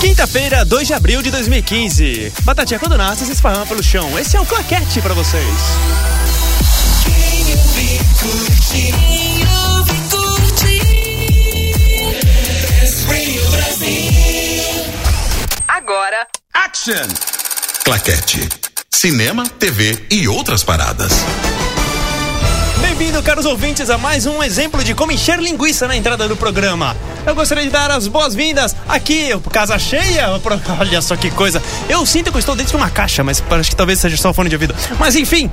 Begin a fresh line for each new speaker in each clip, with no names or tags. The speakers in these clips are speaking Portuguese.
Quinta-feira, 2 de abril de 2015. Batatinha quando nasce se esparrama pelo chão. Esse é o claquete pra vocês.
Agora,
Action! Claquete. Cinema, TV e outras paradas.
Bem-vindo, caros ouvintes, a mais um exemplo de como encher linguiça na entrada do programa. Eu gostaria de dar as boas-vindas aqui, casa cheia. pro- Olha só que coisa. Eu sinto que eu estou dentro de uma caixa, mas acho que talvez seja só o fone de ouvido. Mas enfim,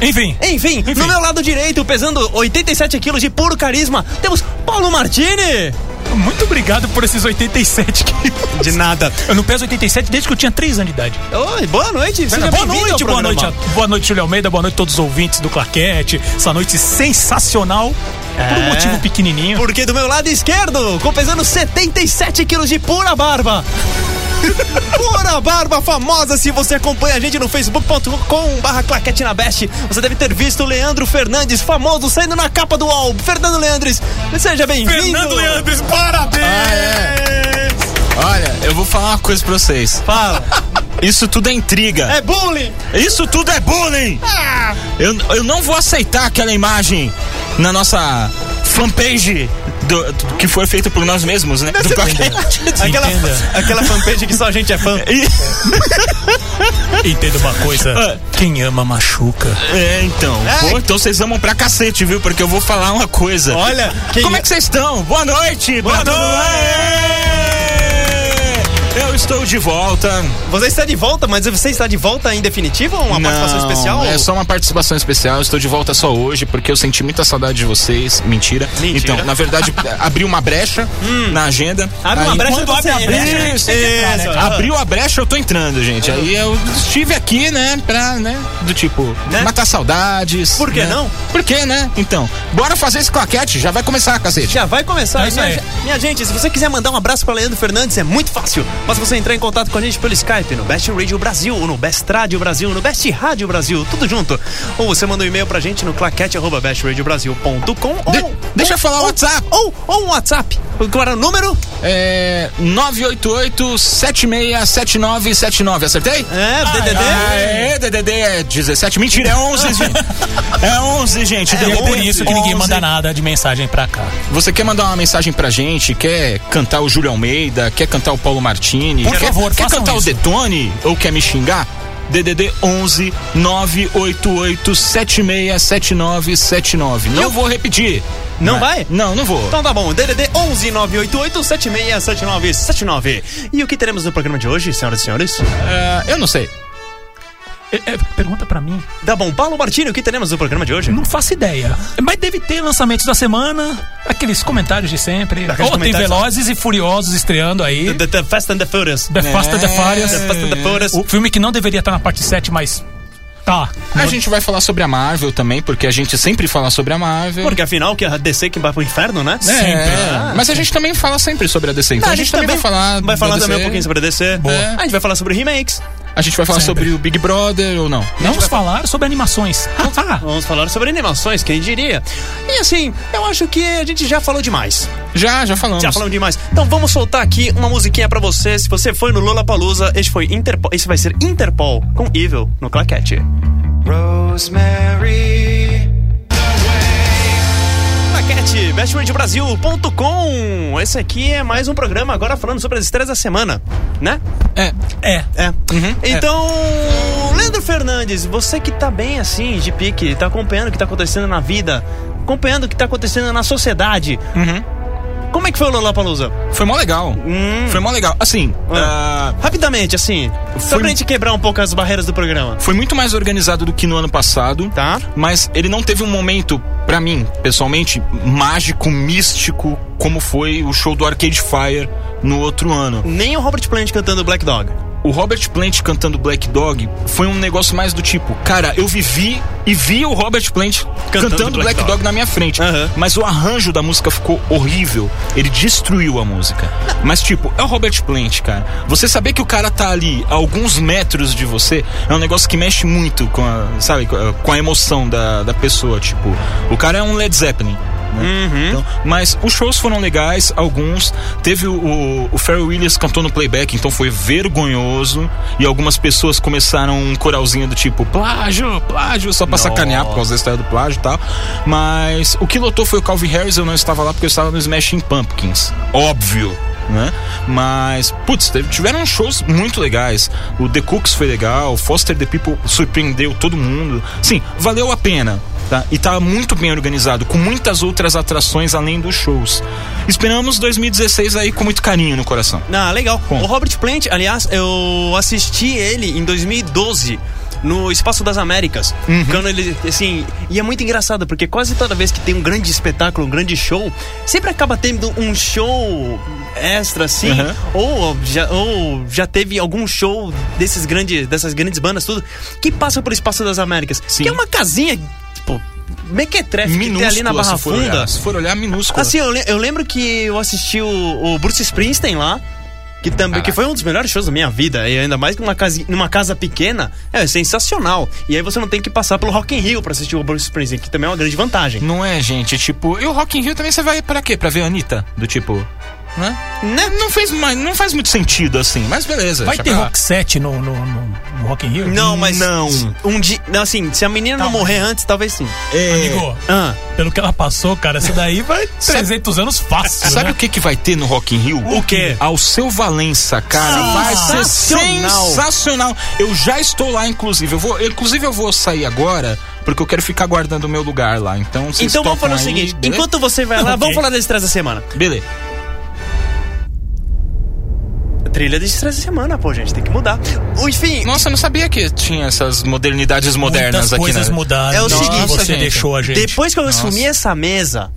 Enfim,
enfim, no meu lado direito, pesando 87 quilos de puro carisma, temos Paulo Martini.
muito obrigado por esses 87 quilos.
De nada.
Eu não peso 87 desde que eu tinha 3 anos de idade.
Oi, boa noite. Seja
boa
bem-vindo ao
noite, boa
programa.
noite. a- Boa noite, Júlio Almeida. Boa noite a todos os ouvintes do Claquete. Essa noite sensacional. Por um
É.
motivo pequenininho.
Porque do meu lado esquerdo, com pesando 77 quilos de pura barba. Pura Barba Famosa, se você acompanha a gente no facebook.com barra claquete na best, você deve ter visto o Leandro Fernandes, famoso, saindo na capa do UOL. Fernando Leandres, seja bem-vindo. Ah, é.
Fernando Leandres, parabéns!
Olha, eu vou falar uma coisa pra vocês.
Fala.
Isso tudo é intriga.
É bullying.
Isso tudo é bullying. Eu, eu não vou aceitar aquela imagem na nossa fanpage do- do- que foi feita por nós mesmos, né? Do Claquete.
Aquela,
Entenda.
aquela fanpage que só a gente é fã.
Entenda uma coisa: quem ama machuca.
É, então.
É.
Pô, então vocês amam pra cacete, viu? Porque eu vou falar uma coisa.
Olha, quem-
Como é que vocês estão? Boa noite. Boa noite. Eu estou de volta.
Você está de volta, mas você está de volta em definitivo ou uma participação
Não,
especial?
É só uma participação especial. Eu Estou de volta só hoje porque eu senti muita saudade de vocês. Mentira.
Mentira. Hum.
Então, na verdade, abri uma brecha na agenda.
Abre uma
Aí,
brecha
quando
você
abre
entra,
a
né? Ah.
brecha. Isso, tem que entrar, né?
Isso.
Abriu a brecha, eu tô entrando, gente. Aí eu estive aqui, né, pra, né, do tipo,
Né?
matar saudades.
Por que
né?
não?
Por que, né? Então, bora fazer esse claquete, já vai começar, cacete.
Já vai começar.
É isso
minha,
aí.
minha gente, se você quiser mandar um abraço para Leandro Fernandes, é muito fácil. Mas você entrar em contato com a gente pelo Skype, no Best Radio Brasil, ou no Best Rádio Brasil, no Best Rádio Brasil, tudo junto. Ou você manda um e-mail pra gente no claquete.bestradiobrasil.com ou,
De- deixa eu falar o WhatsApp.
ou, ou um WhatsApp. Qual era o número?
É 988-767979, acertei?
É, DDD.
Ah, é, DDD é 17. Mentira, é 11, gente. É 11, gente.
E é por isso que ninguém
11.
manda nada de mensagem pra cá.
Você quer mandar uma mensagem pra gente? Quer cantar o Júlio Almeida? Quer cantar o Paulo Martini?
Por
quer,
favor,
Quer
façam
cantar o
isso.
Detone? Ou quer me xingar? DDD 11 988 767979. Não vou repetir.
Não
Mas-
vai?
Não, não vou.
Então tá bom, DDD 11 988 767979. E o que teremos no programa de hoje, senhoras e senhores?
Ah, eu não sei.
É, é, pergunta pra mim.
Tá bom, Paulo Martini, o que teremos no programa de hoje?
Não faço ideia. Mas deve ter lançamentos da semana, aqueles comentários de sempre.
Aqueles
Ou tem
comentários-
Velozes e Furiosos estreando
Hum.
aí.
The, the Fast and É. the Furious.
The Fast and the Furious.
tá
The Fast and the Furious.
O filme que não deveria estar na parte 7, mas tá.
A gente vai falar sobre a Marvel também, porque a gente sempre fala sobre a Marvel.
Porque afinal, que é a DC que vai pro inferno, né?
É. Sempre.
É, mas a gente também fala sempre sobre a DC. Então
Não,
a, gente também vai falar.
Vai falar
da
também um
DC.
pouquinho sobre a DC.
Boa.
A gente vai falar sobre remakes.
A gente vai falar
Sempre.
sobre o Big Brother ou não?
Vamos falar sobre animações.
Vamos falar sobre animações, quem diria? E assim, eu acho que a gente já falou demais.
Já, já falamos.
Já falamos demais. Então vamos soltar aqui uma musiquinha pra você. Se você foi no Lollapalooza, este foi Interpol, esse vai ser Interpol com Evil no claquete.
Rosemary.
Claquete, bestradiobrasil.com. Esse aqui é mais um programa agora falando sobre as estreias da semana, né?
É. uhum.
É.
É. Então, Leandro Fernandes, você que tá bem assim, de pique, tá acompanhando o que tá acontecendo na vida, acompanhando o que tá acontecendo na sociedade. Como é que foi o Lollapalooza?
Foi mó legal. Foi mó legal. Assim, ah,
Rapidamente, assim, só
Foi-
pra gente quebrar um pouco as barreiras do programa.
foi muito mais organizado do que no ano passado.
Tá?
Mas ele não teve um momento, pra mim, pessoalmente, mágico, místico, como foi o show do Arcade Fire no outro ano.
Nem o Robert Plant cantando Black Dog.
O Robert Plant cantando Black Dog foi um negócio mais do tipo, cara, eu vivi e vi o Robert Plant
Cantando
cantando,
Black
Black
Dog.
Dog. na minha frente.
Aham.
Mas o arranjo da música ficou horrível. Ele destruiu a música. Mas, tipo, é o Robert Plant, cara. Você saber que o cara tá ali a alguns metros de você é um negócio que mexe muito com a, sabe, com a- com a emoção da, da pessoa. Tipo, o cara é um Led Zeppelin. né? Então, mas os shows foram legais, alguns. Teve o, o, o Pharrell Williams cantou no playback, então foi vergonhoso. E algumas pessoas começaram um coralzinho do tipo plágio, plágio, só pra sacanear por causa da história do plágio e tal. Mas o que lotou foi o Calvin Harris, eu não estava lá porque eu estava no Smashing Pumpkins. Óbvio. Né? Mas, putz, teve- tiveram shows muito legais. O The Cooks foi legal, Foster the People surpreendeu todo mundo. Sim, valeu a pena. Tá? E tá muito bem organizado, com muitas outras atrações além dos shows. Esperamos 2016 aí com muito carinho no coração.
Ah, legal.
Bom.
O Robert Plant, aliás, eu assisti ele em 2012 no Espaço das Américas.
Uhum.
Quando ele, assim, e é muito engraçado porque quase toda vez que tem um grande espetáculo, um grande show, sempre acaba tendo um show extra assim,
Uhum.
ou já ou já teve algum show desses grandes dessas grandes bandas tudo que passa pelo Espaço das Américas.
Sim.
Que é uma casinha, tipo, mequetrefe que tem
Minúscula,
ali na Barra
se for
Funda.
olhar. Se for olhar, minúscula.
Assim, eu, le- eu lembro que eu assisti o, o Bruce Springsteen lá. Que, também, que foi um dos melhores shows da minha vida, e ainda mais numa casa, numa casa pequena, é sensacional. E aí você não tem que passar pelo Rock in Rio pra assistir o Bruce Springsteen, que também é uma grande vantagem.
Não é, gente? Tipo, e o Rock in Rio também você vai pra quê? Pra ver a Anitta? Do tipo, né?
Né?
Não, fez, mais- não faz muito sentido assim, mas beleza.
Vai
deixa
ter
pra lá.
Rock 7 no, no, no, no Rock in Rio? Hum,
Não, mas.
Não.
Um dia. não, Assim, se a menina não
Tá.
morrer antes, talvez sim.
É,
Amigo,
Ah,
pelo que ela passou, cara, essa daí vai
Sabe-
300 anos fácil,
Sabe
né?
o que, que vai ter no Rock in Rio?
O quê?
Ao seu Valença, cara. Vai ser
Sensacional.
sensacional. Eu já estou lá, inclusive. Eu vou, inclusive, eu vou sair agora, porque eu quero ficar guardando o meu lugar lá. Então, vocês
então vamos
tocam
falar o
aí, né?
seguinte:
beleza?
enquanto você vai lá,
Ok.
vamos falar das estrelas da semana.
Beleza.
Trilha das estrelas da semana, pô, gente, tem que mudar. Enfim,
Nossa, eu não sabia que tinha essas modernidades modernas
Muitas
aqui. né?
coisas
na...
mudaram.
É o
desde que
seguinte,
você
gente.
deixou a gente.
Depois que eu assumi essa mesa,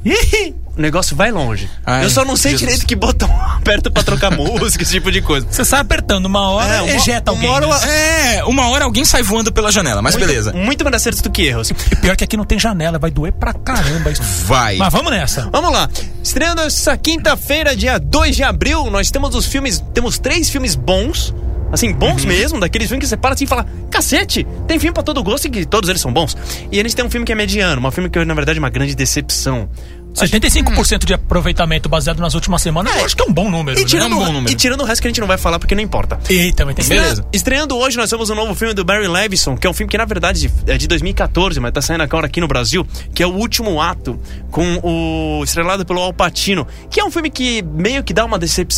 o negócio vai longe.
Ai,
eu só não sei
Jesus.
direito que botão aperta pra trocar música, esse tipo de coisa.
Você sai apertando uma hora,
É, uma-
ejeta alguém.
Uma hora,
né?
eu-
É, uma hora alguém sai voando pela janela, mas beleza.
Muito mais acertos do que erros.
E pior que aqui não tem janela, vai doer pra caramba isso.
Vai.
Mas vamos nessa.
Vamos lá. Estreando essa quinta-feira, dia 2 de abril, nós temos os filmes. Temos três filmes bons. Assim,
Uhum.
bons mesmo, daqueles filmes que você para assim e fala: cacete, tem filme pra todo gosto e que todos eles são bons. E a gente tem um filme que é mediano, um filme que na verdade é uma grande decepção.
75% de aproveitamento baseado nas últimas semanas, eu acho que é um bom número,
E
né?
tirando,
é um bom
o-
número.
e tirando o resto que a gente não vai falar porque não importa.
E também tem que
Beleza.
Estre- Estreando hoje, nós temos um novo filme do Barry Levinson, que é um filme que, na verdade, é de 2014, mas tá saindo agora aqui no Brasil, que é O Último Ato, com o estrelado pelo Al Pacino, que é um filme que meio que dá uma decep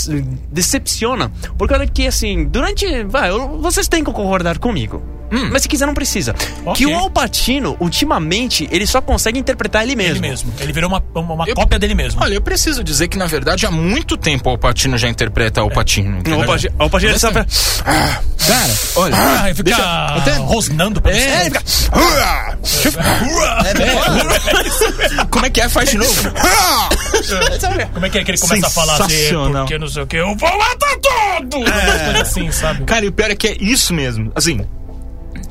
decepciona, porque olha que, assim, durante... Vai, eu- vocês têm que concordar comigo. Mas se quiser, não precisa.
Hum. Ok.
Que o Al Pacino, ultimamente, ele só consegue interpretar ele mesmo.
Ele mesmo. Ele virou uma, uma, uma
Eu-
cópia dele mesmo.
Olha, eu preciso dizer que, na verdade, há muito tempo o Alpatino já interpreta o Alpatino.
O
É
Al Pacino, o Al Pacino ele só...
Cara, olha.
Ah, fica
até-
rosnando pra você.
É, ele fica- É Como é que é? Faz de novo.
Como é que é que ele começa a falar assim?
Sensacional. É.
Porque não sei o que, eu vou matar todo! Umas coisas assim, sabe?
Cara, e o pior é que é isso mesmo. Assim,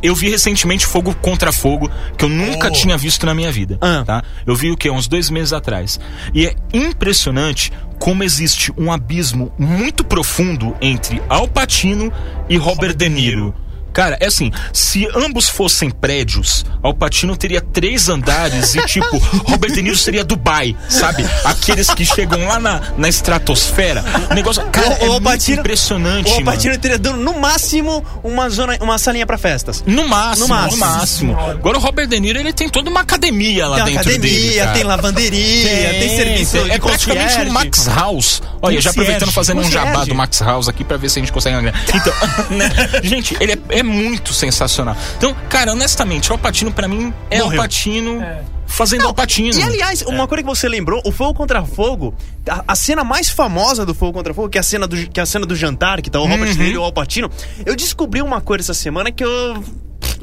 eu vi recentemente Fogo Contra Fogo, que eu nunca
Oh.
tinha visto na minha vida.
Ah.
Tá? Eu vi o que? Uns dois meses atrás. E é impressionante como existe um abismo muito profundo entre Al Pacino e Robert De Niro. Cara, é assim, se ambos fossem prédios, Al Pacino teria três andares e, tipo, Robert De Niro seria Dubai, sabe? Aqueles que chegam lá na, na estratosfera. O negócio, cara,
O- o
é
Al
muito
Pacino-
impressionante,
O Al
mano.
Pacino teria dando, no máximo, uma, zona, uma salinha pra festas.
No máximo,
No
no
máximo.
máximo. Agora o Robert De Niro, ele tem toda uma academia lá
Tem
dentro
academia,
dele. cara.
tem lavanderia, tem, serviço de
É praticamente
concierge.
um Max House. Olha, já
Concierge.
aproveitando fazendo um
Concierge.
jabá do Max House aqui pra ver se a gente consegue uma grana. Então, né? gente, ele é, é muito sensacional. Então, cara, honestamente, o Patino pra mim é o
Morreu.
Patino fazendo o Patino.
E aliás,
É.
uma coisa que você lembrou, o Fogo contra Fogo, a, a cena mais famosa do Fogo contra Fogo, que é a cena do, que é a cena do jantar, que tá o Robert De
Uhum.
Niro e o Al Pacino, eu descobri uma coisa essa semana que eu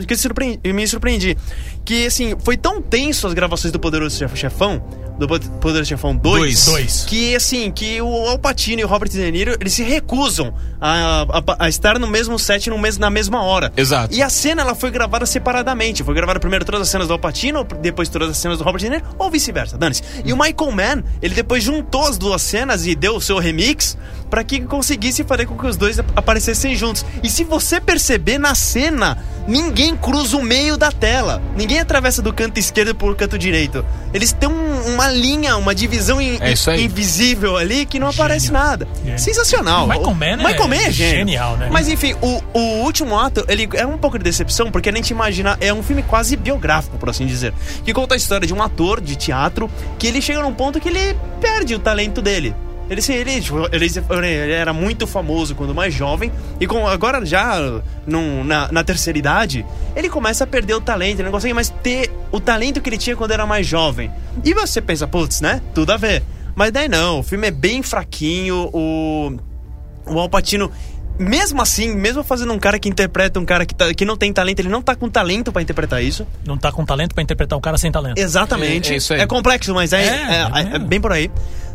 que eu surpreendi- eu me surpreendi. Que assim, foi tão tenso as gravações do Poderoso Chef- Chefão, do Pod- Poderoso Chefão 2,
Dois.
Dois.
que assim, que o Al Pacino e o Robert De Niro, eles se recusam a, a- a estar no mesmo set no mes- na mesma hora.
Exato.
E a cena ela foi gravada separadamente. Foi gravada primeiro todas as cenas do Al Pacino, depois todas as cenas do Robert De Niro, ou vice-versa, dane-se. E o Michael Mann, ele depois juntou as duas cenas e deu o seu remix pra que conseguisse fazer com que os dois ap- aparecessem juntos. E se você perceber na cena, ninguém cruza o meio da tela. Ninguém Ninguém atravessa do canto esquerdo pro canto direito. Eles têm um- uma linha, uma divisão in-
É isso aí.
invisível ali que não aparece nada.
Gênio.
Sensacional.
Michael
O-
Mann é
Michael Mann é gênio.
genial, né?
Mas enfim, o, o último ato, ele é um pouco de decepção, porque nem te imagina, é um filme quase biográfico, por assim dizer. Que conta a história de um ator de teatro que ele chega num ponto que ele perde o talento dele. Ele, se- ele, ele, ele era muito famoso quando mais jovem, e com, agora já num- na, na terceira idade, ele começa a perder o talento, ele não consegue mais ter o talento que ele tinha quando era mais jovem. E você pensa, putz, né? Tudo a ver. Mas daí não, o filme é bem fraquinho, o. O Alpatino, mesmo assim, mesmo fazendo um cara que interpreta um cara que, tá- que não tem talento, ele não tá com talento pra interpretar isso.
Não tá com talento pra interpretar um cara sem talento.
Exatamente.
É- é isso aí.
complexo, mas é,
É,
é-
é.
é bem por aí.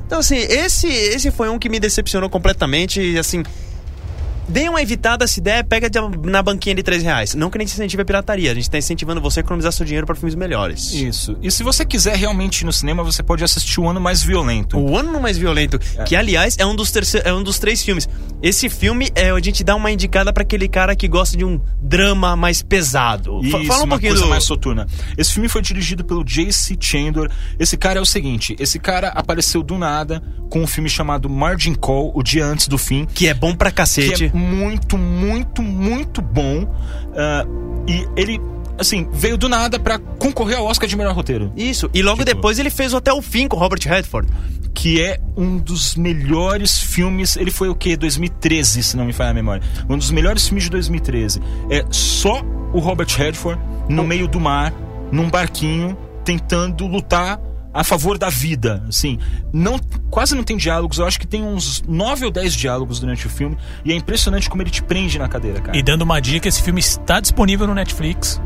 Então, assim, esse, esse foi um que me decepcionou completamente. E, assim, dê uma evitada se der, pega de- na banquinha de 3 reais. Não que a gente incentive a pirataria, a gente tá incentivando você a economizar seu dinheiro pra filmes melhores.
Isso. E se você quiser realmente ir no cinema, você pode assistir o ano mais violento.
Tipo, O Ano Mais Violento, que aliás é um, dos terce- é um dos três filmes. Esse filme é a gente dá uma indicada pra aquele cara que gosta de um drama mais pesado. Fa-
Isso,
Fala um
uma
pouquinho
coisa
do.
mais soturna. Esse filme foi dirigido pelo J.C. Chandler. Esse cara é o seguinte, esse cara apareceu do nada com um filme chamado Margin Call, o dia antes do fim,
Que é bom pra
que
cacete.
é muito, muito, muito bom. Ah, e ele, assim, veio do nada pra concorrer ao Oscar de melhor roteiro,
Isso. E logo
Tipo-
depois ele fez o Até o Fim com Robert Redford.
que é um dos melhores filmes. Ele foi o quê? 2013, se não me falha a memória. Um dos melhores filmes de 2013. É só o Robert Redford no meio do mar, num barquinho, tentando lutar a favor da vida, assim, não quase não tem diálogos, eu acho que tem uns nove ou dez diálogos durante o filme e é impressionante como ele te prende na cadeira, cara.
E dando uma dica, esse filme está disponível no Netflix.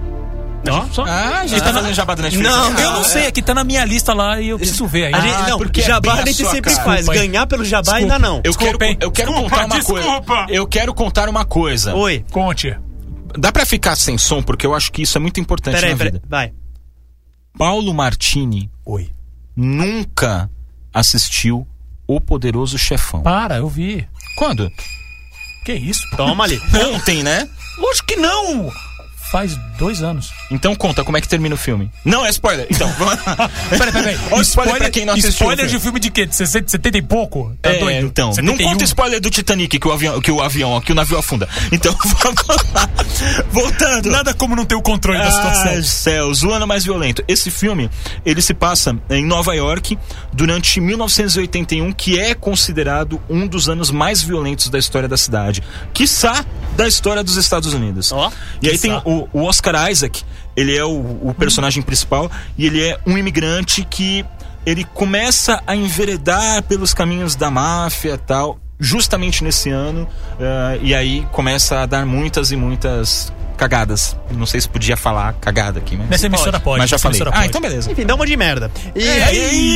Ó, só-
Ah, a gente tá fazendo jabá do Netflix.
Não,
Ah,
eu não sei, é que tá na minha lista lá e eu preciso ver aí.
A gente-
Ah,
não,
porque é
jabá
bem
a
a
gente
sua
sempre
cara.
faz.
Desculpa aí.
Ganhar pelo jabá
Desculpa.
ainda não.
Eu quero,
Desculpa, hein?
eu quero
Desculpa,
contar uma
desculpa.
coisa. Eu quero contar uma coisa.
Oi.
Conte.
Dá pra ficar sem som porque eu acho que isso é muito importante
Peraí,
na
peraí.
vida.
Vai.
Paulo Martini
Oi.
nunca assistiu O Poderoso Chefão.
Para, eu vi.
Quando?
Que isso? pô?
Toma ali.
Ontem, né?
Lógico que não! Faz dois anos.
Então conta como é que termina o filme. Não é spoiler. Então, vamos lá.
Peraí, peraí, peraí.
Olha o spoiler pra quem não assistiu.
Spoiler
o
de
filme.
filme de quê? De 60, 70 e pouco? Tá
É,
doido?
então, não
71?
conta spoiler do Titanic que o avião, que o avião, ó, que o navio afunda. Então, vamos lá. Voltando.
Nada como não ter o controle da
Ah,
situação.
céus, o ano mais violento. Esse filme, ele se passa em Nova York durante 1981, que é considerado um dos anos mais violentos da história da cidade. Quiçá da história dos Estados Unidos.
Ó,
e aí tem
quiçá.
o, o Oscar Isaac, ele é o, o personagem principal, e ele é um imigrante que ele começa a enveredar pelos caminhos da máfia e tal. Justamente nesse ano, eh, e aí começa a dar muitas e muitas cagadas. Não sei se podia falar cagada aqui, mas.
Nessa emissora pode.
Mas já
nessa
falei.
emissora
Ah,
pode.
então beleza.
Enfim, dá uma de merda. E
É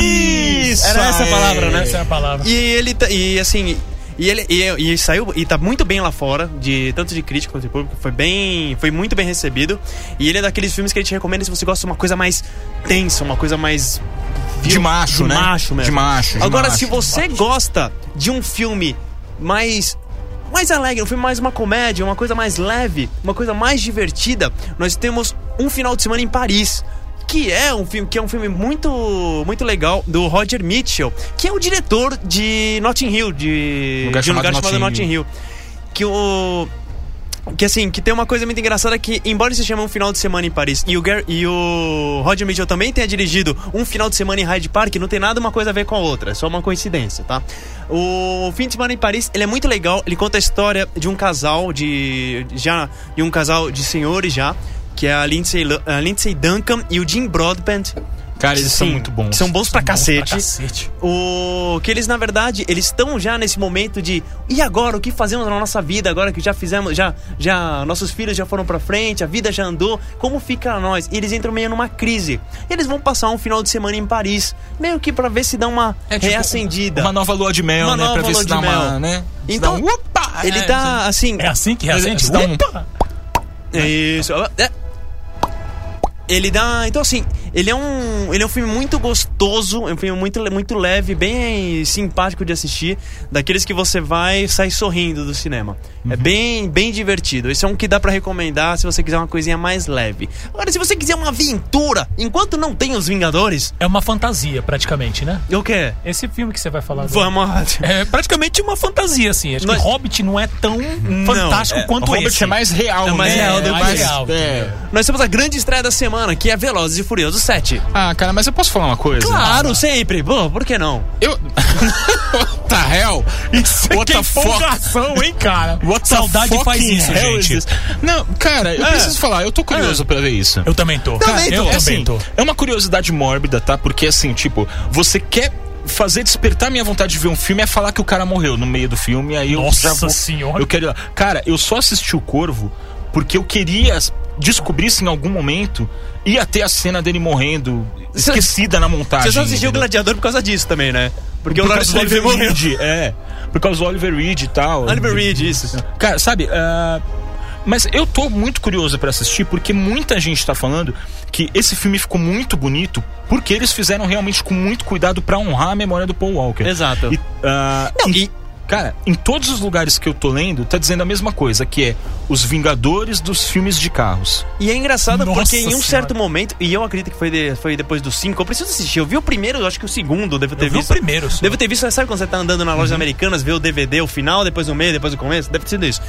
isso
Era essa a
aí.
palavra, né?
Essa é a palavra.
E ele tá- e assim e ele e, e saiu e tá muito bem lá fora de tanto de crítica quanto de público foi bem foi muito bem recebido e ele é daqueles filmes que a gente recomenda se você gosta de uma coisa mais tensa uma coisa mais
De macho,
de
né?
macho mesmo
De macho. de
agora
macho.
se você gosta de um filme mais mais alegre, um filme mais uma comédia, uma coisa mais leve, uma coisa mais divertida. Nós temos um final de semana em Paris, que é um filme que é um filme muito muito legal do Roger Mitchell, que é o diretor de Notting Hill, de
Lugar
de um lugar
chamado
chamado Notting
Notting
Hill, que o que assim, que tem uma coisa muito engraçada que, embora se chame um final de semana em Paris e o, Gar e o Roger Mitchell também tenha dirigido um final de semana em Hyde Park, não tem nada uma coisa a ver com a outra, é só uma coincidência, tá? O fim de semana em Paris, ele é muito legal, ele conta a história de um casal de. já de um casal de senhores já, que é a Lindsay, Lo- a Lindsay Duncan e o Jim Broadbent.
Cara, eles são
Sim,
muito bons.
São bons pra
Bom
cacete.
pra cacete.
O que eles na verdade eles estão já nesse momento de e agora o que fazemos na nossa vida agora que já fizemos já já nossos filhos já foram pra frente a vida já andou como fica nós e eles entram meio numa crise eles vão passar um final de semana em Paris meio que pra ver se dá uma
É tipo
reacendida
Uma nova lua de mel,
Uma
né?
nova
pra ver
lua
se
de
dá uma.
mel.
Né? Se
Então,
dá um, opa!
ele
é,
tá assim
É assim que reacende?
Eles dão um-
Opa!
Isso. É. Ele dá. Então, assim, ele é um. Ele é um filme muito gostoso gostoso, é um filme muito, le- muito leve, bem simpático de assistir, daqueles que você vai sair sorrindo do cinema. É bem, bem divertido. Esse é um que dá pra recomendar se você quiser uma coisinha mais leve. Agora, se você quiser uma aventura, enquanto não tem os Vingadores,
É uma fantasia, praticamente, né?
o que?
Esse filme que você vai falar agora.
Vamos.
É praticamente uma fantasia, assim. Acho
Nós-
que Hobbit não assim. é tão fantástico
é,
quanto
Hobbit
esse.
é mais real,
É mais
né?
real do que
mais
real.
É.
Nós temos a grande estreia da semana, que é Velozes e Furiosos 7.
Ah, cara, mas eu posso falar uma coisa?
Claro, sempre. Pô, por que não?
Eu. What the hell?
Isso é
What
que
the
é
fuck?
empolgação, hein, cara?
What the
Saudade faz
fucking
isso,
hell is
gente.
this? Não, cara, eu preciso falar, eu tô curioso pra ver isso.
Eu também tô.
Também
eu
tô.
também
é, assim,
tô.
é uma curiosidade mórbida, tá? Porque assim, tipo, você quer fazer despertar minha vontade de ver um filme é falar que o cara morreu no meio do filme, aí
Nossa
eu já vou,
Senhora.
Eu quero ir lá. Cara, eu só assisti o Corvo porque eu queria s- descobrir se em algum momento ia ter a cena dele morrendo
Cê-
esquecida na montagem.
Você só assistiu o
entendeu?
Gladiador por causa disso também, né? Porque
né? por
o Lawrence
causa do
Olivier
Oliver
morreu.
Reed, é. Por causa do Oliver Reed e tal.
Oliver Reed, isso.
Cara, sabe? ah, mas eu tô muito curioso pra assistir porque muita gente tá falando que esse filme ficou muito bonito porque eles fizeram realmente com muito cuidado pra honrar a memória do Paul Walker.
Exato.
E, ah,
Não,
e-
e-
cara, em todos os lugares que eu tô lendo, tá dizendo a mesma coisa, que é os Vingadores dos filmes de carros.
E é engraçado
Nossa
porque em um
Senhora.
certo momento, e eu acredito que foi, de- foi depois do 5, eu preciso assistir. Eu vi o primeiro, eu acho que o segundo, devo ter
Eu vi o
visto.
primeiro Uhum. só.
Devo ter visto, sabe quando você tá andando na loja americanas, vê o DVD, o final, depois o meio, depois o começo? Deve ter sido isso.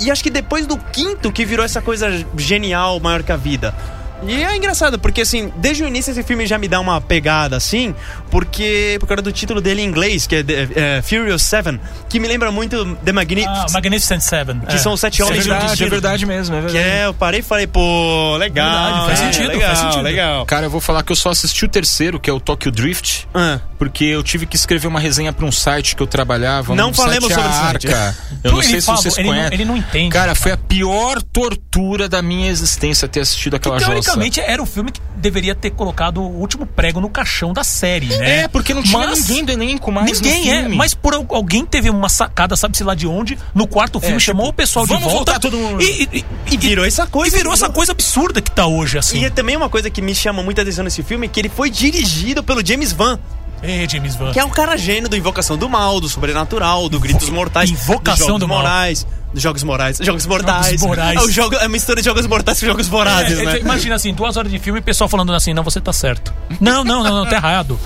E acho que depois do quinto que virou essa coisa genial, maior que a vida. E é engraçado, porque assim, desde o início esse filme já me dá uma pegada, assim, porque por causa do título dele em inglês, que é, The- é, Furious 7, que me lembra muito The Magnificent.
Ah, Magnificent Seven. É.
Que são os sete homens
Seja
e um
destino.
destino.
mesmo, é
Que é, eu parei e falei, pô, legal.
Verdade, faz
é,
sentido,
legal,
faz sentido.
Legal.
Cara, eu vou falar que eu só assisti o terceiro, que é o Tokyo Drift.
Ah.
Porque eu tive que escrever uma resenha pra um site que eu trabalhava.
Não
um
falemos
site
sobre esse
Arca. Eu
Pô,
não
ele
sei se
fala,
vocês
ele não-
conhecem.
ele não entende,
Cara, foi a pior tortura da minha existência ter assistido aquela
Que,
jossa.
teoricamente era o filme que deveria ter colocado o último prego no caixão da série, né?
É, porque não tinha
Mas-
ninguém do elenco mais
Ninguém
no
é,
filme.
mas por al- alguém teve uma sacada, sabe-se lá de onde, no quarto filme, chamou o pessoal de
É, tipo, vamos
volta
voltar todo mundo.
e, e- e-
virou essa coisa.
e virou essa coisa absurda que tá hoje, assim.
E é também uma coisa que me chama muita atenção nesse filme é que ele foi dirigido pelo James Van,
É, James Van.
que é um cara gênio do Invocação do Mal, do Sobrenatural, do Gritos Mortais,
Invocação
dos Jogos
do Mal.
Morais, dos Jogos Morais, Jogos Mortais.
Morais.
É, o jogo, é a mistura de Jogos Mortais com Jogos
Ah,
É,
Vorazes,
é,
né?
Imagina assim, duas horas de filme e o pessoal falando assim, não, você tá certo. Não, não, não, não, tá errado.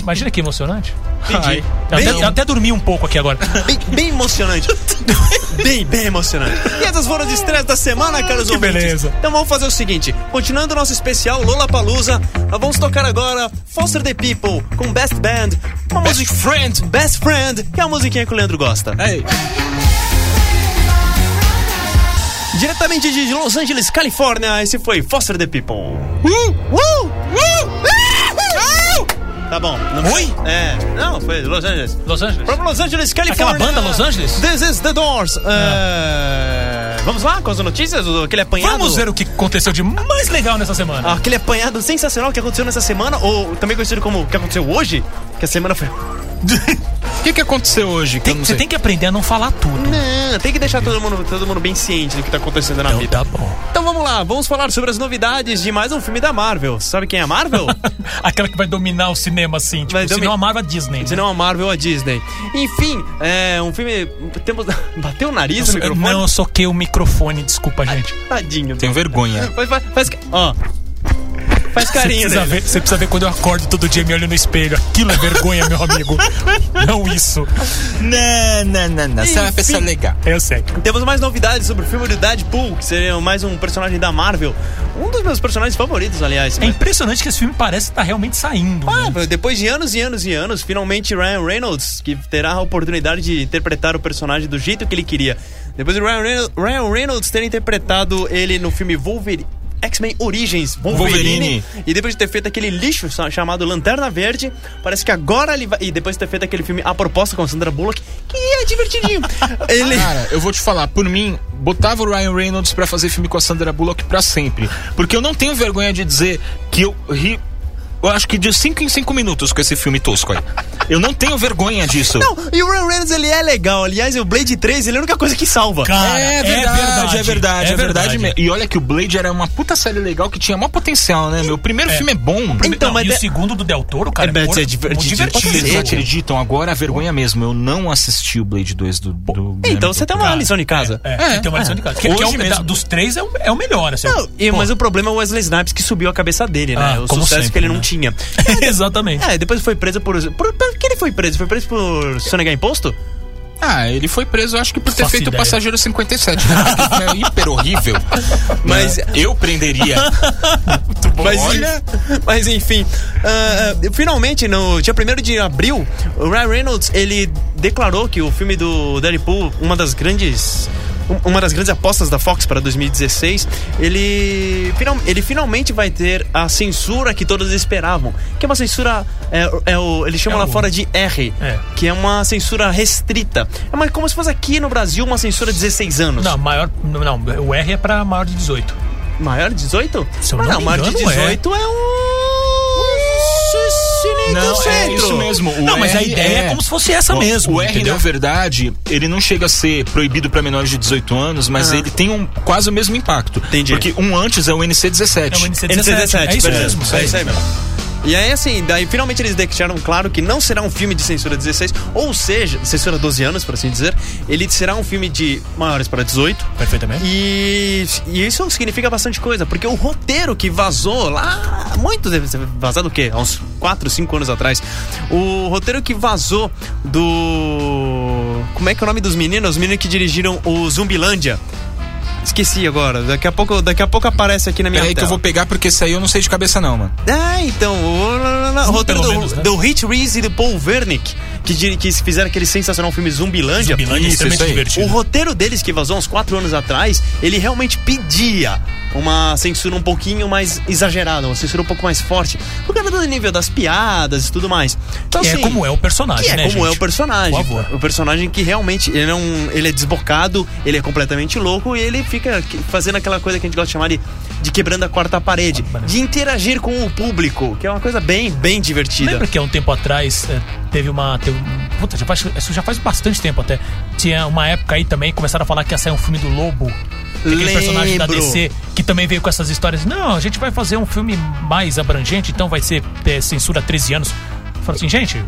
Imagina que emocionante.
Ai.
Eu até,
Bem-
eu até dormi um pouco aqui agora.
Bem, bem emocionante. bem, bem emocionante. E essas foram as estreias da semana, caros
Ah, Que
ouvintes.
beleza.
Então vamos fazer o seguinte: continuando o nosso especial Lola Palusa, nós vamos tocar agora Foster the People com Best Band, uma
Best
música
Friend.
Best Friend, que é a musiquinha que o Leandro gosta.
Ei,
Diretamente de Los Angeles, Califórnia, esse foi Foster the People.
Uh,
Tá bom. Não...
Oi?
É, não, foi Los Angeles.
Los Angeles?
From Los Angeles, Califórnia.
Aquela banda Los Angeles?
This is the Doors. É, Vamos lá com as notícias? o- Aquele apanhado?
Vamos ver o que aconteceu de mais legal nessa semana.
Ah,
Ah,
Aquele apanhado sensacional que aconteceu nessa semana, ou também conhecido como o que aconteceu hoje, que a semana foi.
o que, que aconteceu hoje? que
Tem-
eu não
você
sei?
tem que aprender a não falar tudo.
Não, tem que deixar todo mundo, todo mundo bem ciente do que tá acontecendo na
Então
vida.
tá bom.
Então vamos lá, vamos falar sobre as novidades de mais um filme da Marvel. Sabe quem é a Marvel?
Aquela que vai dominar o cinema, assim. Tipo,
Vai
se
domi-
não amava a Disney.
Se não a Marvel ou a Disney. Enfim, é um filme. Temos. Bateu o nariz no
Eu-
microfone?
Não, eu soquei o microfone, desculpa, gente.
Tadinho.
Tenho vergonha.
Faz, faz, faz, ca- ó. Faz
Você
carinho,
precisa,
né?
ver, você precisa ver quando eu acordo todo dia e me olho no espelho. Aquilo é vergonha, meu amigo. Não isso.
Não, não, não, não. Você é uma pessoa legal.
Eu sei.
Temos mais novidades sobre o filme do Deadpool, que seria mais um personagem da Marvel. Um dos meus personagens favoritos, aliás.
É
Mas-
impressionante que esse filme parece estar realmente saindo. né?
Ah, depois de anos e anos e anos, finalmente Ryan Reynolds, que terá a oportunidade de interpretar o personagem do jeito que ele queria. Depois de Ryan Reynolds, Ryan Reynolds ter interpretado ele no filme Wolverine. X-Men Origins, Wolverine,
Wolverine.
E depois de ter feito aquele lixo sa- chamado Lanterna Verde, parece que agora ele vai. E depois de ter feito aquele filme A Proposta com a Sandra Bullock, que é divertidinho. ele.
Cara, eu vou te falar, por mim, botava o Ryan Reynolds pra fazer filme com a Sandra Bullock pra sempre. Porque eu não tenho vergonha de dizer que eu ri. Eu acho que de 5 em 5 minutos com esse filme tosco aí. Eu não tenho vergonha disso.
Não, e o Ryan Reynolds, ele é legal. Aliás, o Blade 3, ele é a única coisa que salva.
Cara,
é verdade, é verdade, é verdade, mesmo. E olha que o Blade era uma puta série legal que tinha maior potencial, né? Meu primeiro
É.
filme é bom.
Então,
Não,
mas
e
de-
o segundo do Del Toro, cara, um
É, mas
muito-
é diver-
muito
de-
divertido.
Eles
Sim.
acreditam agora a vergonha mesmo. Eu não assisti o Blade 2 do. do
Então você tem uma
Cara,
lição de casa.
É,
É,
que tem uma lição de casa. Que,
Hoje
que é o,
mesmo.
da- dos três é o, é o melhor, assim.
Não, e-
Pô,
mas o problema é o Wesley Snipes que subiu a cabeça dele, né?
Ah,
o
como
sucesso
sempre,
que ele não
né?
tinha.
Exatamente.
É, depois foi preso por, por. Por que ele foi preso? Foi preso por sonegar imposto?
Ah, ele foi preso, eu acho que por ter
Faço
feito o
ideia.
Passageiro 57. né? Acho que isso é hiper horrível.
Mas-
Mas eu prenderia. é
Mas,
Olha.
mas enfim, ah, ah, finalmente, no dia 1 de abril, o Ryan Reynolds ele declarou que o filme do Deadpool, uma das grandes. um- Uma das grandes apostas da Fox para 2016, ele, final- ele finalmente vai ter a censura que todos esperavam. Que é uma censura. É, é o, eles chamam
É
lá
o-
fora de R,
É.
que é uma censura restrita. É uma, como se fosse aqui no Brasil uma censura de 16 anos.
Não, maior. Não, o R é pra maior de 18.
Maior de 18?
Se eu
Mas
não
não,
me
maior de
engano, é.
18 é, um.
Não, é isso mesmo. O
não, mas a
R
ideia é...
é
como se fosse essa
Ó,
mesmo.
O R,
entendeu?
na verdade, ele não chega a ser proibido para menores de 18 anos, mas ele tem um, quase o mesmo impacto.
Entendi.
Porque um antes é o NC17.
É o NC17.
NC17,
é isso
perdão.
mesmo.
É isso aí mesmo. E aí, assim, daí finalmente eles deixaram claro que não será um filme de censura 16, ou seja, censura 12 anos, por assim dizer. Ele será um filme de maiores para 18.
Perfeitamente.
E, e isso significa bastante coisa, porque o roteiro que vazou lá, muito deve ser vazado o quê? Há uns 4, 5 anos atrás. O roteiro que vazou do. Como é que é o nome dos meninos? Os meninos que dirigiram o Zumbilândia. Esqueci agora, daqui a pouco, daqui a pouco aparece aqui na minha
Peraí que eu
tela.
vou pegar, porque isso aí eu não sei de cabeça, não, mano.
Ah, então, o, o roteiro do,
pelo menos, né?
do Rich Reese e do Paul Wernick, que, diri- que fizeram aquele sensacional filme Zumbilândia.
Zumbilândia é
Isso,
extremamente
isso aí.
O
divertido.
roteiro deles, que vazou uns 4 anos atrás, ele realmente pedia uma censura um pouquinho mais exagerada, uma censura um pouco mais forte. Por causa do nível das piadas e tudo mais. Então,
Que é
assim,
como é o personagem,
que é
né,
como
gente?
é o personagem.
Por favor.
O personagem que realmente ele é, um, ele é desbocado, ele é completamente louco e ele fica que- fazendo aquela coisa que a gente gosta de chamar de, de quebrando a quarta parede, de interagir com o público, que é uma coisa bem, bem divertida.
Lembra que há um tempo atrás é, teve uma. Teve, um- puta, já faz, isso já faz bastante tempo até. Tinha uma época aí também, começaram a falar que ia sair um filme do Lobo. Aquele personagem da
Lembro.
DC que também veio com essas histórias. Não, a gente vai fazer um filme mais abrangente, então vai ser é, censura 13 anos. Fala assim, gente,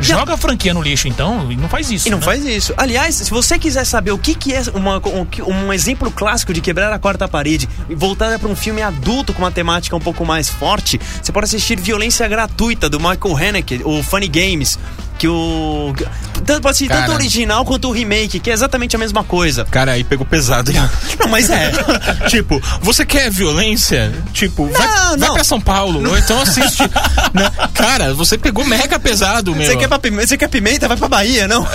joga a franquia no lixo então e não faz isso.
E não
né?
faz isso. Aliás, se você quiser saber o que, que é uma, o que- um exemplo clássico de quebrar a quarta parede e voltada para um filme adulto com uma temática um pouco mais forte, você pode assistir Violência Gratuita do Michael Haneke, o Funny Games, que o. tanto- Pode assistir tanto
Cara.
o original quanto o remake, que é exatamente a mesma coisa.
Cara, aí pegou pesado.
Não, mas é.
tipo, você quer violência? Tipo, vai,
Não,
vai
não.
pra São Paulo, ou então assiste. né? Cara, você pegou mega pesado, meu.
Você quer, pra pime- você quer pimenta? Vai pra Bahia, não?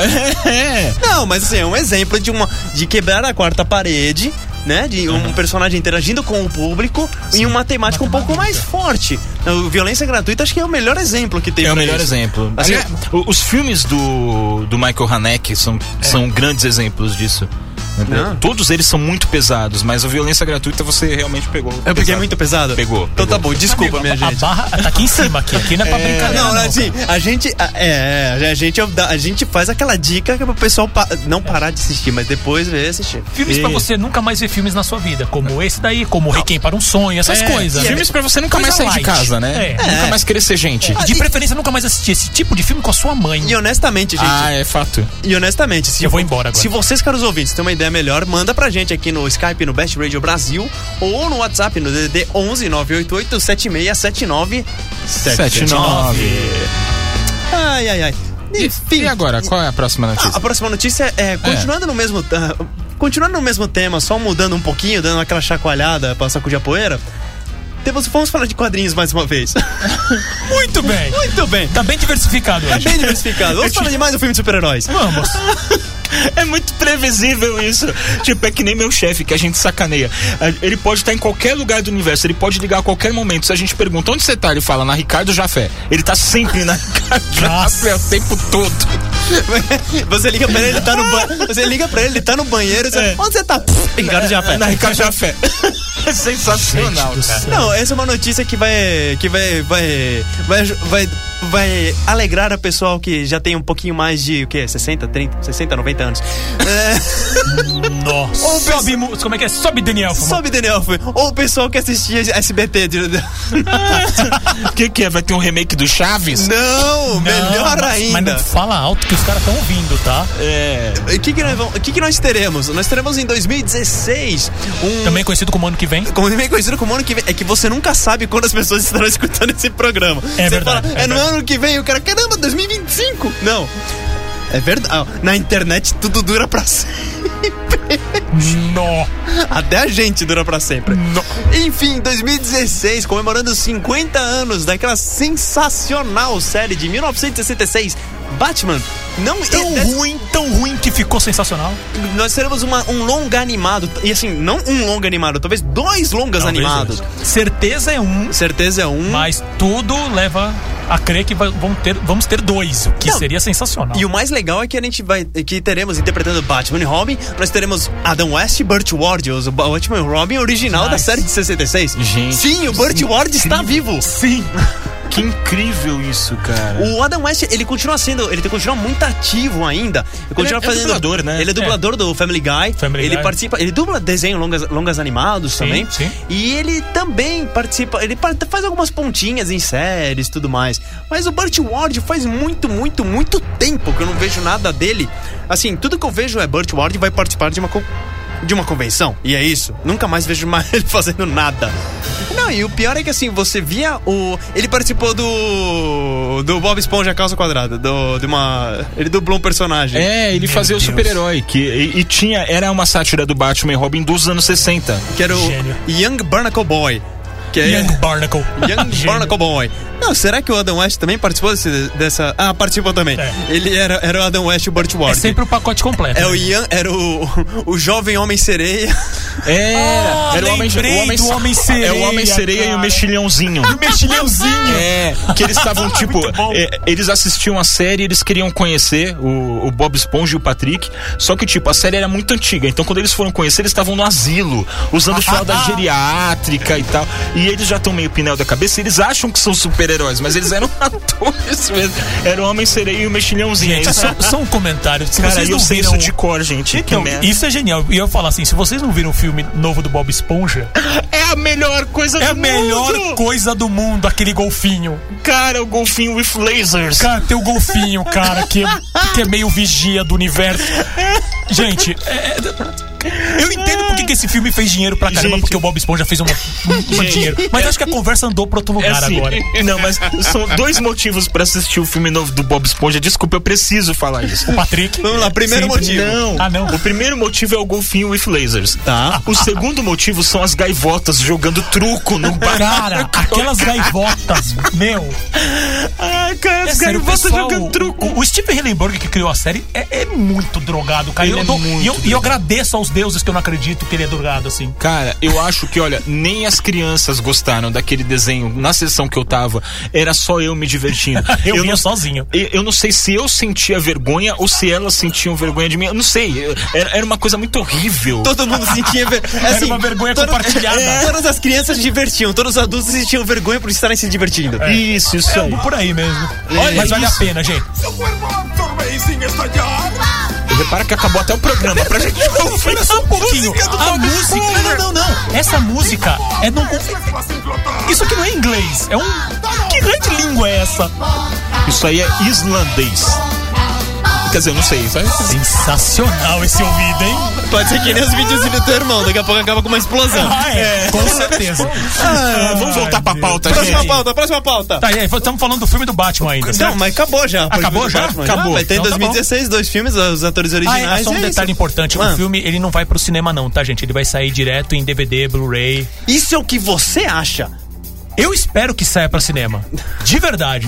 É.
Não, mas assim, é um exemplo de uma de quebrar a quarta parede, né? De um personagem interagindo com o público em uma temática um pouco mais forte. O violência gratuita acho que é o melhor exemplo que tem.
É o
pra
melhor
isso.
exemplo.
Assim,
Aliás, o- os filmes do, do Michael Haneke são, são grandes exemplos disso.
Não.
Todos eles são muito pesados, mas a violência gratuita você realmente pegou.
Eu peguei
pesado.
É muito pesado?
Pegou,
Então tá
pegou.
bom, desculpa, minha
A
gente.
barra tá aqui em cima, aqui, aqui não é pra
Ah,
brincadeira.
Não,
não,
assim, a gente. a- É, é, a gente, a gente faz aquela dica que é pro pessoal pa- não parar de assistir, mas depois ver assistir.
Filmes pra você nunca mais ver filmes na sua vida, como
É.
esse daí, como Requiem para um Sonho, essas
É,
coisas. né?
Filmes pra você nunca
Coisa
mais sair de
light.
casa, né?
É.
Nunca mais querer ser gente.
E de preferência nunca mais assistir esse tipo de filme com a sua mãe.
Ah, E honestamente, gente,
Ah, é fato.
E honestamente, se
Eu vou
vo-
embora agora.
Se vocês, caros ouvintes, têm uma ideia melhor, manda pra gente aqui no Skype, no Best Radio Brasil, ou no WhatsApp, no DDD 11 988 7679
Sete, nove.
Ai, ai, ai.
E,
Enfim.
e agora, qual é a próxima
Ah,
notícia?
a próxima notícia é, continuando no mesmo... ah, continuando no mesmo tema, só mudando um pouquinho, dando aquela chacoalhada pra sacudir a poeira, temos, vamos falar de quadrinhos mais uma vez.
Muito bem.
Muito bem.
Tá bem diversificado
Tá
hoje.
bem diversificado. Vamos falar de mais um filme de super-heróis.
Vamos.
É muito previsível isso. Tipo, é que nem meu chefe, que a gente sacaneia. Ah, Ele pode estar em qualquer lugar do universo, ele pode ligar a qualquer momento. Se a gente pergunta onde você tá, ele fala na Ricardo Jafé. Ele tá sempre na Ricardo Jafé o tempo todo.
Você liga pra ele, ele tá no banheiro. Você liga pra ele, ele tá no banheiro. Você...
É.
Onde você tá? Pff, Ricardo já
Na Ricardo Jafé. É sensacional,
Gente do
cara.
céu.
Não, essa é uma notícia que vai. que vai. vai. vai, vai vai alegrar a pessoal que já tem um pouquinho mais de, o quê? 60, 30, 60, 90 anos. É,
Nossa.
Ou pensa-
Sobe, mu- como é que é? Sobe, Daniel. Fumão.
Sobe, Daniel. Elfman. Ou o pessoal que assistia SBT. de-
O que, que é? Vai ter um remake do Chaves?
Não, melhor
mas-
ainda.
Mas não fala alto que os caras estão ouvindo, tá?
É.
O que que, nós vamos- o que que nós teremos? Nós teremos em 2016 um.
Também conhecido como ano que vem.
Como bem conhecido como ano que vem, é que você nunca sabe quando as pessoas estarão escutando esse programa.
É
você
verdade,
fala,
é
é, no
verdade.
ano que vem, o cara, caramba, 2025! Não. É verdade. Ah, Na internet tudo dura pra sempre. É,
Nó.
Até a gente dura pra sempre. Enfim, 2016, comemorando os 50 anos daquela sensacional série de 1966, Batman. Não
Tão
é-
ruim, tão ruim que ficou sensacional.
Nós teremos uma- um longa animado. E assim, não um longa animado, talvez dois longas
Talvez
animados.
dois. Certeza é um,
Certeza é um.
mas tudo leva a crer que vai- vão ter, vamos ter dois, o que
Não.
seria sensacional.
E o mais legal é que a gente vai. Que teremos interpretando Batman e Robin. Nós teremos Adam West e Burt Ward, o Batman e Robin original da
Nice.
série de 66.
Gente,
Sim, o Burt Ward está vivo.
Sim.
Que incrível isso, cara.
O Adam West, ele continua sendo, ele continua muito ativo ainda. Ele continua
é
fazendo.
dublador, né?
Ele é dublador do Family Guy.
Family
ele
Guy.
participa, ele dubla desenho longas, longas animados também.
sim.
E ele também participa, ele par- faz algumas pontinhas em séries, e tudo mais. Mas o Burt Ward faz muito, muito, muito tempo que eu não vejo nada dele. Assim, tudo que eu vejo é Burt Ward vai participar de uma co- de uma convenção. E é isso. Nunca mais vejo mais ele fazendo nada. Não, e o pior é que assim, você via o. Ele participou do. Do Bob Esponja Calça Quadrada. Do, de uma. Ele dublou um personagem.
É, ele
Meu
fazia
Deus.
o super-herói. que E, e tinha. Era uma sátira do Batman e Robin dos anos 60.
Que era o
Gênio.
Young Barnacle Boy. Que é
Young Barnacle.
Young
Gênio.
Barnacle Boy. Não, será que o Adam West também participou desse- dessa. Ah, participou também.
É.
Ele era, era o Adam West e o Burt
É
Ward.
sempre o pacote completo.
É o
né?
Ian, era o, o jovem homem sereia.
Ah,
Era. É, era o homem,
lembrei
o homem,
do Homem Sereia,
É o homem sereia e
cara.
o mexilhãozinho.
mexilhãozinho.
É, que eles estavam tipo.
Muito bom.
é, eles assistiam a série, eles queriam conhecer o, o Bob Esponja e o Patrick. Só que, tipo, a série era muito antiga. Então, quando eles foram conhecer, eles estavam no asilo, usando fralda geriátrica e tal. E eles já estão meio pinel da cabeça. e Eles acham que são super-heróis, mas eles eram atores mesmo. Era o Homem Sereia e o Mexilhãozinho.
Gente,
Eles-
só, só um comentário. Se
Cara,
vocês
eu
não
sei
viram...
isso de cor, gente.
Então,
que merda.
isso é genial. E eu falo assim, se vocês não viram o filme novo do Bob Esponja,
é a melhor coisa
é a
do
melhor
mundo.
coisa do mundo, aquele golfinho.
Cara, o golfinho with lasers.
Cara, tem o golfinho, cara, que, que é meio vigia do universo. Gente, é- é- eu entendo por que que esse filme fez dinheiro pra caramba,
Gente.
porque o Bob Esponja fez uma, um dinheiro. Mas acho que a conversa andou pra outro
É
lugar
assim,
agora.
Não, mas são dois motivos pra assistir o filme novo do Bob Esponja. Desculpa, eu preciso falar isso.
O Patrick.
Vamos lá, primeiro
Sempre-
motivo.
Não.
Ah, não.
O primeiro motivo é o golfinho with lasers.
Tá.
O segundo motivo são as gaivotas jogando truco no bar.
Cara, aquelas gaivotas, meu.
Ah, cara,
É
as
sério, o
gaivotas
pessoal-
jogando truco.
O, o Steven Hillenburg que criou a série é, é muito drogado, cara.
Ele
eu
é
dou-
muito
e eu, e eu agradeço aos deuses que eu não acredito que ele é drogado assim.
Cara, eu acho que, olha, nem as crianças gostaram daquele desenho. Na sessão que eu tava, era só eu me divertindo.
Eu,
não
vinha sozinho.
E- Eu não sei se eu sentia vergonha ou se elas sentiam vergonha de mim. Eu não sei. Eu- Era, era uma coisa muito horrível.
Todo mundo sentia ver... assim,
uma vergonha
todas-
compartilhada.
É, todas as crianças se divertiam, todos os adultos sentiam vergonha por estarem se divertindo.
Isso, isso aí.
É por aí mesmo. Mas vale a pena, gente.
Su cuerpo absorbe y sin estallar.
Repara que acabou até o programa pra gente
Espera só um pouquinho. A música. Não, não, não. Essa música é não.
Es fácil flotar.
Isso aqui não é inglês. É um. Que grande língua é essa?
Isso aí é islandês. Quer dizer, eu não sei. Isso aí... é
Sensacional esse ouvido, hein?
Pode ser que nem os videozinhos do teu irmão, daqui a pouco acaba com uma explosão.
Ah, é. Com certeza.
Ah, vamos voltar pra pauta,
Próxima
gente.
pauta, próxima pauta.
Tá, e aí, estamos falando do filme do Batman ainda.
Não, mas acabou já.
Acabou já? Acabou.
Acabou. Vai ter em
Então tá bom.
2016 dois filmes, os atores
Ah,
originais.
é, só um
e é
detalhe
isso.
importante,
Ah.
o filme ele não vai pro cinema não, tá gente? Ele vai sair direto em DVD, Blu-ray.
Isso é o que você acha.
Eu espero que saia pra cinema, de verdade.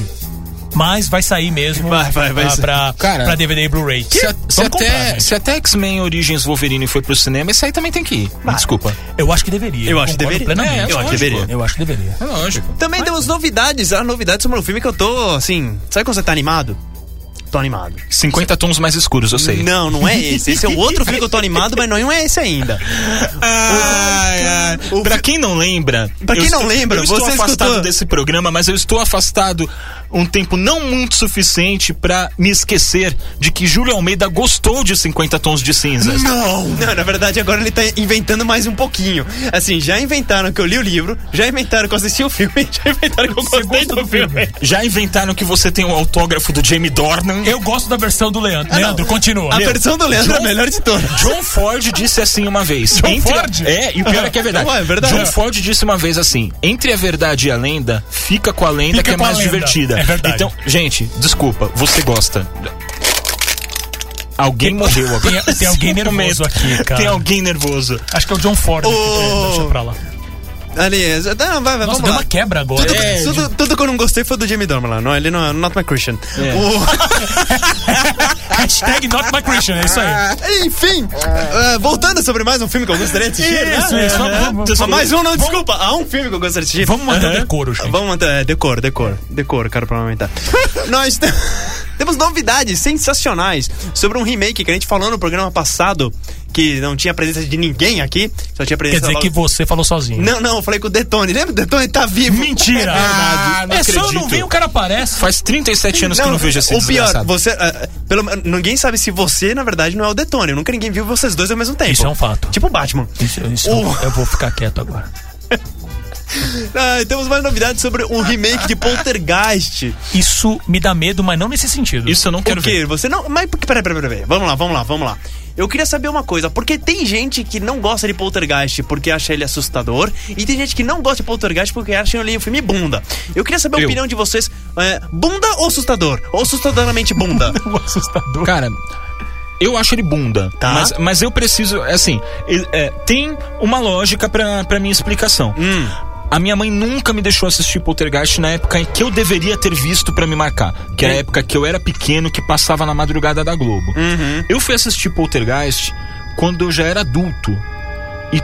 Mas vai sair mesmo
Vai, vai, vai
pra-
sair.
pra,
Cara,
pra DVD e Blu-ray.
Se, a-
Vamos
se
comprar, né?
até,
gente.
se até X-Men Origins Wolverine foi pro cinema, isso aí também tem que ir. Desculpa.
Eu acho que deveria.
Eu acho que
concordo
deveria.
Plenamente.
É, eu acho que
deveria.
Eu acho que deveria.
É lógico.
Também temos novidades. A novidade sobre o filme que eu tô, assim... Sabe quando você tá animado? Tô animado.
50 tons mais escuros, eu sei.
Não, não é esse. Esse é o outro filme que eu tô animado, mas não é esse ainda.
Ai, ai.
O-
Pra quem não lembra.
Pra quem
eu
não lembra,
eu estou
você
afastado
escutou-
desse programa, mas eu estou afastado um tempo não muito suficiente pra me esquecer de que Júlio Almeida gostou de 50 Tons de
Hum.
Cinzas.
Não! Não, na verdade agora ele tá inventando mais um pouquinho. Assim, já inventaram que eu li o livro, já inventaram que eu assisti o filme, já inventaram que eu gostei
gosta
do,
do filme.
filme.
Já inventaram que você tem o autógrafo do Jamie Dornan?
Eu gosto da versão do Leandro.
não.
Leandro, continua.
A
Leandro.
versão do Leandro é a melhor de todas.
John Ford disse assim uma vez.
John
a-
Ford?
É, e o pior é que é verdade.
Não, é verdade.
John Ford disse uma vez assim: entre a verdade e a lenda, fica com a lenda
Fica
que é
com a
mais
lenda.
divertida.
É verdade.
Então, gente, desculpa, você gosta. Alguém morreu agora.
tem- tem alguém
Nesse
nervoso
momento.
aqui, cara.
Tem alguém nervoso.
Acho que é o John Ford. que
Ô.
Deixa pra lá.
Ali, não, vai, vai,
Nossa,
vamos
deu
lá.
uma quebra agora.
Tudo,
É,
tudo, tudo que eu não gostei foi do Jamie Dornan lá. Não, ele não é Not My Christian.
É.
O-
Hashtag not my Christian, é isso aí.
enfim, eh, voltando sobre mais um filme que eu gostaria de assistir. né?
Isso, isso. Vamos,
Ah,
vamos,
Mais um, não, desculpa. Há um filme que eu gostaria de assistir.
vamos manter o
Aham.
decoro, gente.
Vamos manter. É, decor, decor. Decor, quero parlamentar. Nós te- temos novidades sensacionais sobre um remake que a gente falou no programa passado, que não tinha presença de ninguém aqui, só tinha
Quer
presença
dizer
logo-
que você falou sozinho.
Não, não, eu falei com o Detone. Lembra? O Detone tá vivo.
Mentira!
Ah, não
é só eu não
acredito.
vir, o cara aparece.
Faz 37 anos que eu não vejo esse
O pior,
desgraçado.
você. ah, pelo, men- ninguém sabe se você, na verdade, não é o Detone. Nunca ninguém viu vocês dois ao mesmo tempo.
Isso é um fato.
Tipo Batman.
Isso, isso,
O-
Eu vou ficar quieto agora.
Ah, e temos mais novidades sobre um remake de Poltergeist.
Isso me dá medo, mas não nesse sentido.
Isso eu não quero
Por quê?
ver.
Você não. Mas por que- peraí, peraí, peraí, peraí. Vamos lá, vamos lá, vamos lá. Eu queria saber uma coisa, porque tem gente que não gosta de poltergeist porque acha ele assustador, e tem gente que não gosta de poltergeist porque acha ele um filme bunda. Eu queria saber a
Eu.
opinião de vocês: é, bunda ou assustador? Ou assustadoramente bunda?
O assustador.
Cara, eu acho ele bunda.
Tá.
Mas, mas eu preciso, assim, ele- é, tem uma lógica pra, pra minha explicação.
hum.
A minha mãe nunca me deixou assistir Poltergeist na época em que eu deveria ter visto pra me marcar, que
Hum.
era a época que eu era pequeno que passava na madrugada da Globo.
Uhum.
Eu fui assistir Poltergeist quando eu já era adulto. E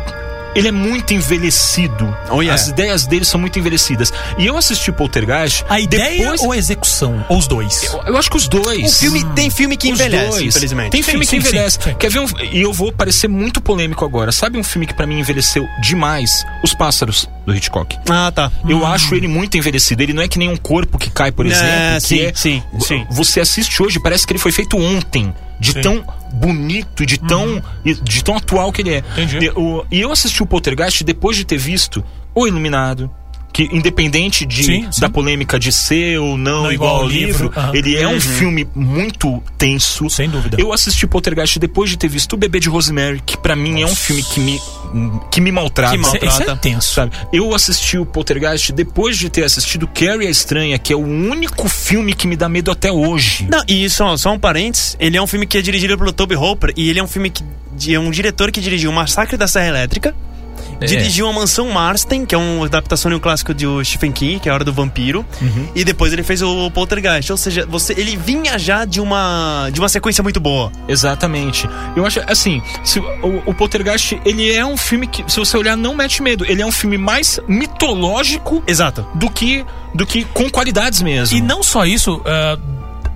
ele é muito envelhecido.
Oh, yeah.
As ideias dele são muito envelhecidas. E eu assisti Poltergeist
A ideia
depois
ou a execução? Ou os dois?
eu acho que os dois.
é- O filme, tem filme que
Os
envelhece,
dois.
infelizmente.
Tem filme
Sim,
que
sim,
envelhece.
sim, sim.
Quer ver um. E eu vou parecer muito polêmico agora. Sabe um filme que pra mim envelheceu demais? Os Pássaros, do Hitchcock.
Ah, tá.
Eu acho ele muito envelhecido. Ele não é que nem um corpo que cai, por
É,
exemplo. que
sim,
é-
sim,
v-
sim.
Você assiste hoje, parece que ele foi feito ontem. De
Sim.
tão bonito e de tão, e de tão atual que ele é.
Entendi.
E, o- e eu assisti o Poltergeist depois de ter visto O Iluminado. Que independente de,
Sim, sim.
da polêmica de ser ou não,
Não
igual ao livro,
aham.
ele é um filme muito tenso.
Sem dúvida.
Eu assisti Poltergeist depois de ter visto O Bebê de Rosemary, que pra mim é um filme que me, que me maltrata.
Que mal-
Isso é- Isso é
maltrata.
tenso.
Sabe? Eu assisti o Poltergeist depois de ter assistido Carrie a Estranha, que é o único filme que me dá medo até hoje.
Não, e só, só um parênteses, ele é um filme que é dirigido pelo Toby Hopper e ele é um filme que é um diretor que dirigiu O Massacre da Serra Elétrica,
É.
dirigiu A Mansão Marston, que é uma adaptação de um clássico de o Stephen King, que é A Hora do Vampiro,
Uhum.
e depois ele fez o Poltergeist, ou seja, você ele vinha já de uma de uma sequência muito boa.
Exatamente. Eu acho, assim, se, o, o Poltergeist, ele é um filme que, se você olhar, não mete medo. Ele é um filme mais mitológico
Exato.
do que, do que com qualidades mesmo.
E não só isso, ah,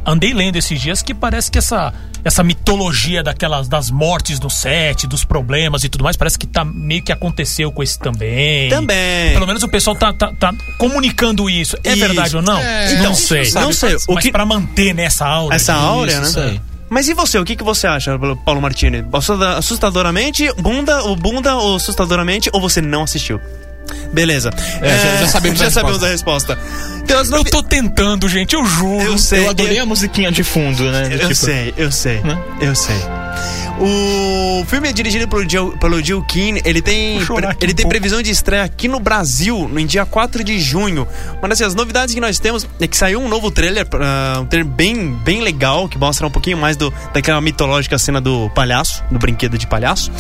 andei lendo esses dias que parece que essa, essa mitologia daquelas das mortes do set, dos problemas e tudo mais, parece que tá meio que aconteceu com esse também.
Também.
Pelo menos o pessoal tá, tá, tá comunicando isso. É
Isso.
verdade ou não?
É.
Então,
Então,
não sei.
não sei, o
Mas
que-
pra manter nessa aura.
Essa áurea,
Isso,
né?
isso aí.
Mas e você, o que, que você acha, Paulo Martini? Assusta- Assustadoramente, bunda ou bunda ou assustadoramente, ou você não assistiu? Beleza.
É, já- já sabemos
já
a
sabemos a resposta. Então, as
Eu
novi-
tô tentando, gente, eu juro.
Eu sei.
Uhum. Eu adorei a musiquinha de fundo, né?
Eu
Tipo,
sei, eu sei,
Né?
eu sei. O filme é dirigido pelo Joe, pelo Joe Keane. Ele tem,
Vou chorar aqui
ele
um
tem
pouco.
previsão de estreia aqui no Brasil, no dia 4 de junho. Uma das novidades que nós temos é que saiu um novo trailer, ah, um trailer bem, bem legal, que mostra um pouquinho mais do, daquela mitológica cena do palhaço, do brinquedo de palhaço.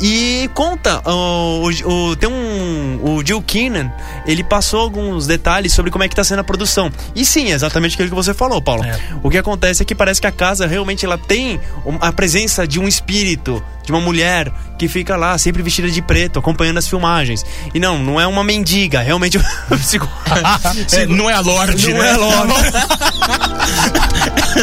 E conta, o, o- o- tem um. O Joe Keenan, ele passou alguns detalhes sobre como é que tá sendo a produção. E sim, é exatamente aquilo que você falou, Paulo.
É.
O que acontece é que parece que a casa realmente ela tem um- a presença de um espírito, de uma mulher que fica lá sempre vestida de preto, acompanhando as filmagens. E não, não é uma mendiga, realmente é um psico-
É, não é a Lorde,
Não
né?
é Lorde.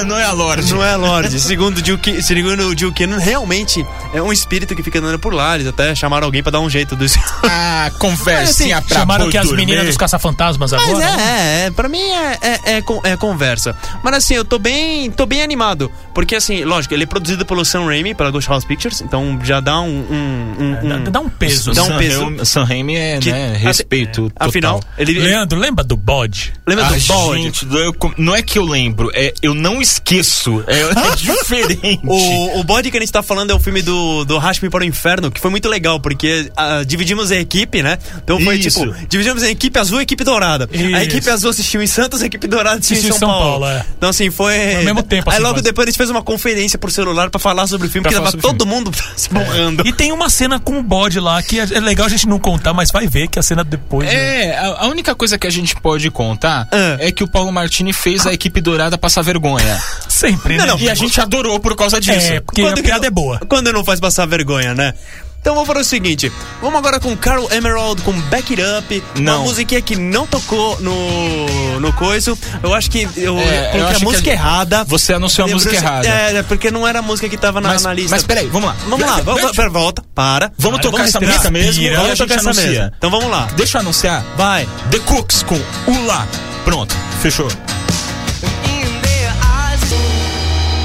não é a Lorde.
Não é Lorde. Segundo o Jill Ki- segundo o Jill Kinnan, realmente é um espírito que fica andando por lá. Eles até chamaram alguém pra dar um jeito dos.
Ah, conversinha pra
Chamaram
boi
que as
dormir.
meninas dos caça-fantasmas
Mas
agora. né?
é, é, é, pra mim é, é, é con- é conversa. Mas assim, eu tô bem, tô bem animado. Porque assim, lógico, ele é produzido pelo Sam Raimi, pela Ghost House Pictures, então já dá um. um- um- um-
Dá, dá um peso.
Dá um
Sam
peso.
Raimi- Sam Raimi é,
Que-
né, respeito total.
Afinal, ele. ele-
Leandro, lembra do bode?
lembra
Ah,
do Bond?
gente, eu com- não é que eu lembro, é eu não esqueço. É, é diferente.
O, o bode que a gente tá falando é o filme do, do Raspe para o Inferno, que foi muito legal, porque ah, dividimos a equipe, né? Então foi
Isso.
tipo, dividimos a equipe azul e a equipe dourada. A
Isso.
equipe azul assistiu em Santos, a equipe dourada assistiu em São, Paulo.
é.
Então assim, foi.
Ao mesmo tempo,
Aí
assim,
logo
quase.
depois a gente fez uma conferência por celular pra falar sobre o filme,
Pra
que
falar
tava
sobre o
todo mundo se borrando.
E tem uma cena com o bode lá que é é legal a gente não contar, mas vai ver que a cena depois. né?
É, a, a única coisa que a gente pode contar
Ah.
é que o Paulo Martini fez a equipe dourada passar vergonha.
Sempre,
Não,
né?
não.
E a gente adorou por causa disso.
É, porque a
que
piada
não-
é boa.
Quando não faz passar vergonha, né? Então vamos para o seguinte, vamos agora com Carol Emerald, com Back It Up, uma
Não.
musiquinha que não tocou no, no coiso. Eu acho que eu
É, eu
coloquei a
acho que
música
a-
errada.
Você anunciou a
Lembra-
música errada.
É, é, porque não era a música que tava na,
Mas-
na lista.
mas peraí, vamos lá.
Vamos lá, vamos, pera, volta, para.
Vamos
Para,
tocar essa
respirar.
música mesmo,
Respira,
aí a
Vamos
gente
tocar essa
anuncia.
mesma. Então vamos lá.
Deixa eu anunciar.
Vai.
The Crooks com Ula. Pronto, fechou.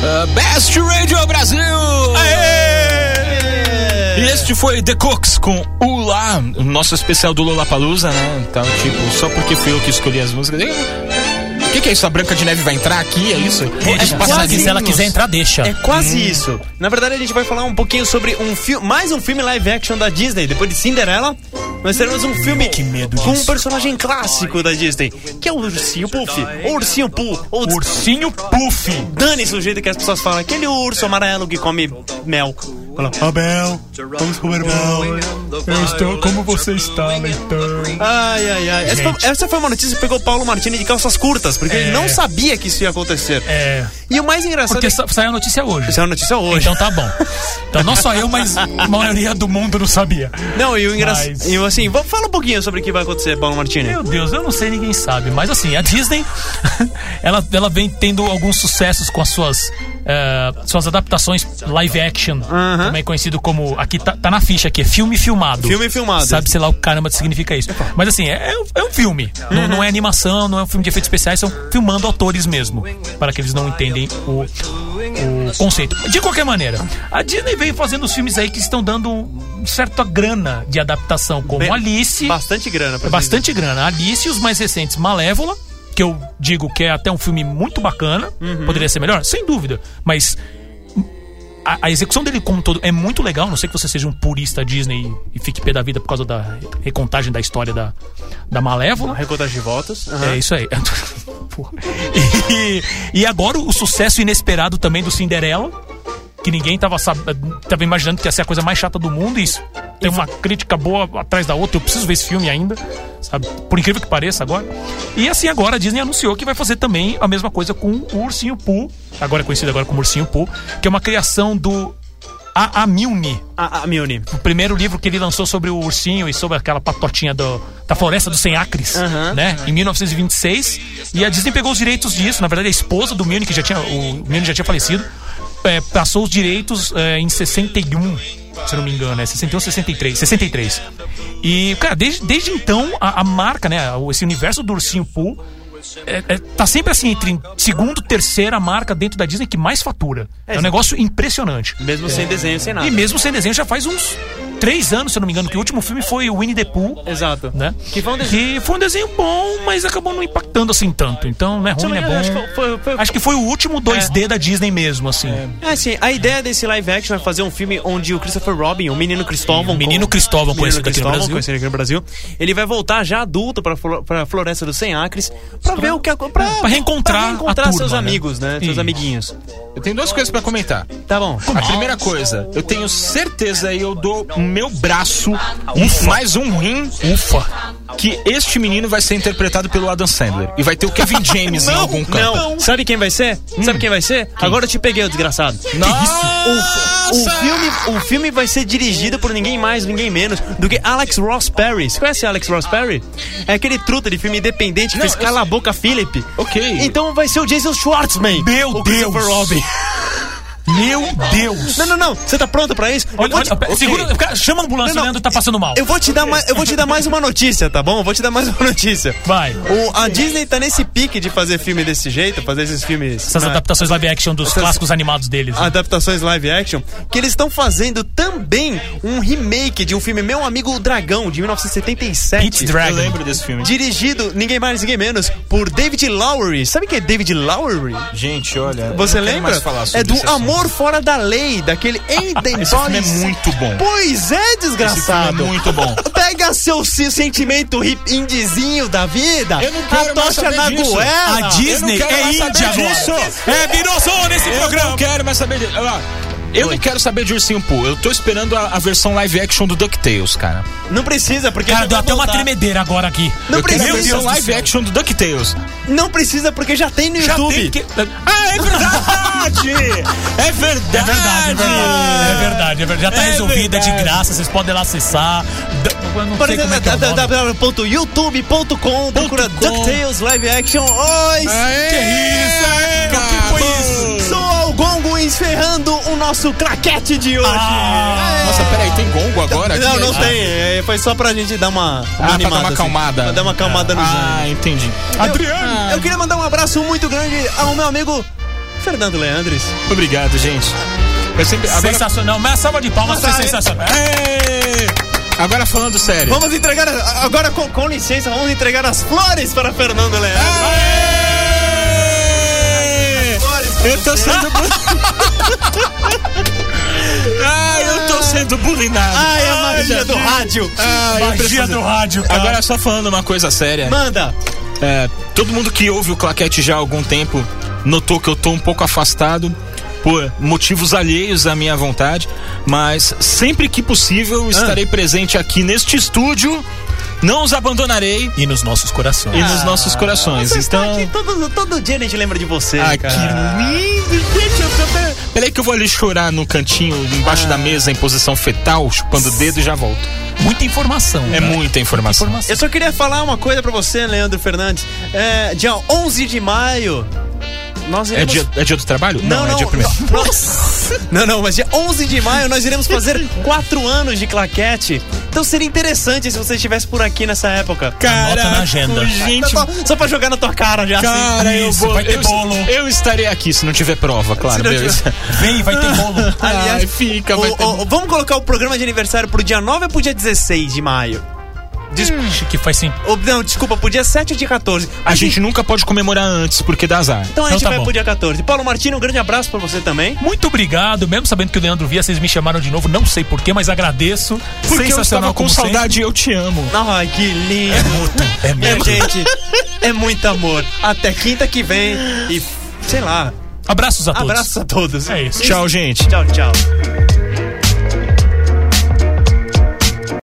Uh, Best Radio Brasil! E este foi The Cooks com Ula, o nosso especial do Lollapalooza, né? Então, tipo, só porque fui eu que escolhi as músicas. O que, que é isso? A Branca de Neve vai entrar aqui? É isso?
Pode
Os
passar aqui,
passarinhos.
se ela quiser entrar, deixa.
É quase
Hum.
isso. Na verdade, a gente vai falar um pouquinho sobre um filme, mais um filme live action da Disney. Depois de Cinderela, nós teremos um filme
Que medo
com um
disso.
personagem clássico da Disney, que é o Ursinho Puff. Ou Ursinho Poo. Ou
Ursinho Puff.
dane-se o jeito que as pessoas falam. Aquele urso amarelo que come mel. Fala,
Abel, vamos comer mal. Eu estou como você está, leitão.
Ai, ai, ai. Essa foi,
Gente.
essa foi uma notícia que pegou o Paulo Martini de calças curtas, porque ele
É.
não sabia que isso ia acontecer.
É,
E o mais engraçado
porque
é
sa- saiu a notícia hoje.
que... Essa é uma notícia hoje.
Então tá bom. Então não só eu, mas a maioria do mundo não sabia.
Não, e o engraçado...
Mas-
E o assim, vamos- fala um pouquinho sobre o que vai acontecer, Paulo Martini.
Meu Deus, eu não sei, ninguém sabe. Mas assim, a Disney, ela, ela vem tendo alguns sucessos com as suas, eh, suas adaptações live action. Também conhecido como. Aqui tá, tá na ficha aqui, é filme filmado.
Filme filmado.
Sabe, sei lá o caramba que significa isso. Mas assim, é, é um- é um filme.
Uhum.
Não, não é animação, não é um filme de efeitos especiais, são filmando atores mesmo. Para que eles não entendem o, o conceito. De qualquer maneira, a Disney vem fazendo os filmes aí que estão dando um- certa grana de adaptação, como
Bem,
Alice.
Bastante grana. pra
É bastante grana. Alice e os mais recentes, Malévola, que eu digo que é até um filme muito bacana. Poderia ser melhor? Sem dúvida. Mas a, a execução dele como um todo é muito legal. Não sei que você seja um purista Disney e, e fique pé da vida por causa da recontagem da história da, da Malévola.
Recontagem de votos.
É isso aí. Porra. e, e agora o sucesso inesperado também do Cinderela, que ninguém tava, sab... tava imaginando que ia ser a coisa mais chata do mundo. E isso tem uma crítica boa atrás da outra. Eu preciso ver esse filme ainda, sabe? Por incrível que pareça agora. E assim, agora a Disney anunciou que vai fazer também a mesma coisa com o Ursinho Pooh, agora conhecido agora como Ursinho Pooh, que é uma criação do A. Amilne,
A, a Milne.
o primeiro livro que ele lançou sobre o ursinho e sobre aquela patotinha do- da floresta dos 100 acres, né? Em 1926. E a Disney pegou os direitos disso. Na verdade, a esposa do Milne, que já tinha, o Milne já tinha falecido, é, passou os direitos é, em 61, se eu não me engano, é 61, 63, 63. E, cara, desde, desde então, a, a marca, né? Esse universo do ursinho Pooh é- é- tá sempre assim entre segundo, terceira marca dentro da Disney que mais fatura. É um negócio impressionante.
Mesmo sem desenho, sem nada.
É. E mesmo sem desenho já faz uns três anos, se eu não me engano, que o último filme foi o Winnie the Pooh,
Exato.
né?
Que foi um desenho.
Que foi um desenho bom, mas acabou não impactando assim tanto. Então, não é ruim, não é
Eu acho que
bom.
foi- foi-
Acho que foi o último 2D da Disney mesmo, assim.
É, assim, a ideia desse live action é fazer um filme onde o Christopher Robin, o menino Cristóvão.
O menino Cristóvão, conhecido aqui no
Cristóvão,
Brasil.
conhecido aqui no Brasil, Ele vai voltar já adulto pra, flo- pra Floresta dos 100 Acres pra ver o que. Pra,
pra reencontrar
pra reencontrar
a turma,
seus
né?
amigos, né? Seus
Isso.
amiguinhos.
Eu tenho duas coisas pra comentar.
Tá bom.
A primeira coisa, eu tenho certeza e eu dou o meu braço, mais um rim,
Ufa.
que este menino vai ser interpretado pelo Adam Sandler. E vai ter o Kevin James em
é um
algum canto.
Não. Sabe quem vai ser?
Hum.
Sabe quem vai ser? Agora eu te peguei, o desgraçado. O, o, filme, o filme vai ser dirigido por ninguém mais, ninguém menos do que Alex Ross Perry. Você conhece Alex Ross Perry? É aquele truta de filme independente que fez Cala a Boca Philip.
Ok.
Então vai ser o Jason Schwartzman.
Meu
o
Deus.
Christopher Robin.
Meu Deus!
Não, não, não. Você tá pronta pra isso? Eu
Olha,
vou te-
olha, pera,
Ok.
segura- cara, chama a
Não,
ambulância,
não.
o Leandro tá passando mal.
Eu vou te dar mais, eu vou te dar mais uma notícia, tá bom? Eu vou te dar mais uma notícia.
Vai.
O- a Disney tá nesse pique de fazer filme desse jeito, fazer esses filmes.
Essas
né,
adaptações live action dos clássicos animados deles.
Ah,
né?
Adaptações live action, que eles estão fazendo também um remake de um filme Meu Amigo o Dragão, de 1977.
Pete
Eu
Dragon.
lembro desse filme.
Dirigido, ninguém mais, ninguém menos, por David Lowery. Sabe quem é David Lowery?
Gente, olha.
Você
eu não quero
lembra?
mais falar sobre
é do
esse assunto.
Amor Fora da Lei, daquele Eden
Esse filme é muito bom.
Pois é,
Esse filme é
desgraçado.
muito bom.
Pega seu se- sentimento hip- indizinho da vida,
Eu não quero mais
atocha
saber
na
disso.
goela.
Eu
A
não
Disney
quero
é
mais saber
índia agora.
disso.
É, virou som nesse
Eu não
programa.
quero mais saber de. Olha lá. Eu não quero saber de Ursinho Poo. Eu tô esperando a, a versão live action do DuckTales, cara.
Não precisa, porque
Cara,
já tá vai
deu até uma
voltar.
tremedeira agora aqui.
Não
Eu quero a
precisa.
versão live action do DuckTales.
Não precisa, porque já tem no
Já
YouTube.
tem que...
Ah, é verdade! é verdade!
É verdade, é verdade, é verdade, é verdade. Já tá
É
resolvida de
verdade.
graça, vocês podem lá acessar. D- Eu não
Por
sei como
exemplo,
é que é o nome.
www.youtube.com Procura
com.
DuckTales Live Action Oi, é
Que isso, aê, o que foi isso?
Sou o Gongo encerrando o nosso craquete de hoje
Ah.
Nossa, peraí, tem gongo agora?
Não,
Aqui,
não
aí?
tem. É, Foi só pra gente dar uma,
Ah,
uma
pra
animada,
dar uma
assim.
acalmada.
Pra dar uma acalmada no
Ah, entendi.
Adriano! Eu queria mandar um abraço muito grande ao meu amigo Fernando Leandres.
Obrigado, gente. Eu sempre. Agora,
Sensacional, mas salva de palmas foi
Ah, é.
sensacional.
Ê! agora falando sério.
Vamos entregar. a- Agora, com, com licença, vamos entregar as flores para Fernando Leandres.
Ah.
Ê! Eu tô sendo. bu- Ai, Ah, eu tô sendo bulinado.
Ai, a magia do rádio.
Ah.
Ai, Ah, eu
Magia
preciso-
do rádio, cara.
Agora só falando uma coisa séria.
Manda.
É, todo mundo que ouve o Claquete já há algum tempo notou que eu tô um pouco afastado por motivos alheios à minha vontade, mas sempre que possível estarei presente aqui neste estúdio. Não os abandonarei
E nos nossos corações.
e nos nossos corações.
Você está
então,
aqui todo, todo dia a gente lembra de você.
Ah, que
cara.
lindo! Gente, eu tô até- Peraí que eu vou ali chorar no cantinho, embaixo
Ah.
da mesa, em posição fetal, chupando o dedo e já volto.
Muita informação.
É
cara.
muita informação.
informação.
Eu só queria falar uma coisa pra você, Leandro Fernandes. É, dia 11 de maio. Nós
É
iremos
dia, é dia do trabalho?
Não,
é
não,
dia primeiro.
não, não, não, mas dia 11 de maio nós iremos fazer 4 anos de claquete. Então seria interessante se você estivesse por aqui nessa época.
Anota Tá na agenda. Tá
gente,
Só, só pra jogar na tua cara já. assim.
Cara, eu
Isso,
vou.
vai ter
eu,
bolo.
eu estarei aqui se não tiver prova, claro.
não
beleza.
Vem, vai ter bolo.
Ai, fica, vai
o-
ter-
o- o- vamos colocar o programa de aniversário pro dia 9 ou pro dia 16 de maio?
Acho que faz sim.
Ou, não, desculpa, pro dia 7 ou dia 14.
A gente nunca pode comemorar antes, porque dá azar.
Então a
Então
gente
tá
vai
bom.
pro dia 14. Paulo Martino, um grande abraço pra você também.
Muito obrigado, mesmo sabendo que o Leandro via, vocês me chamaram de novo, não sei porquê, mas agradeço.
Porque eu
Sensacional
estava com
como
saudade e eu te amo.
Ai, que lindo.
sempre. É
Minha
mesmo.
gente, é muito amor. Até quinta que vem e, sei lá,
Abraços a todos.
abraços a todos.
É isso.
Tchau, gente.
Tchau, tchau.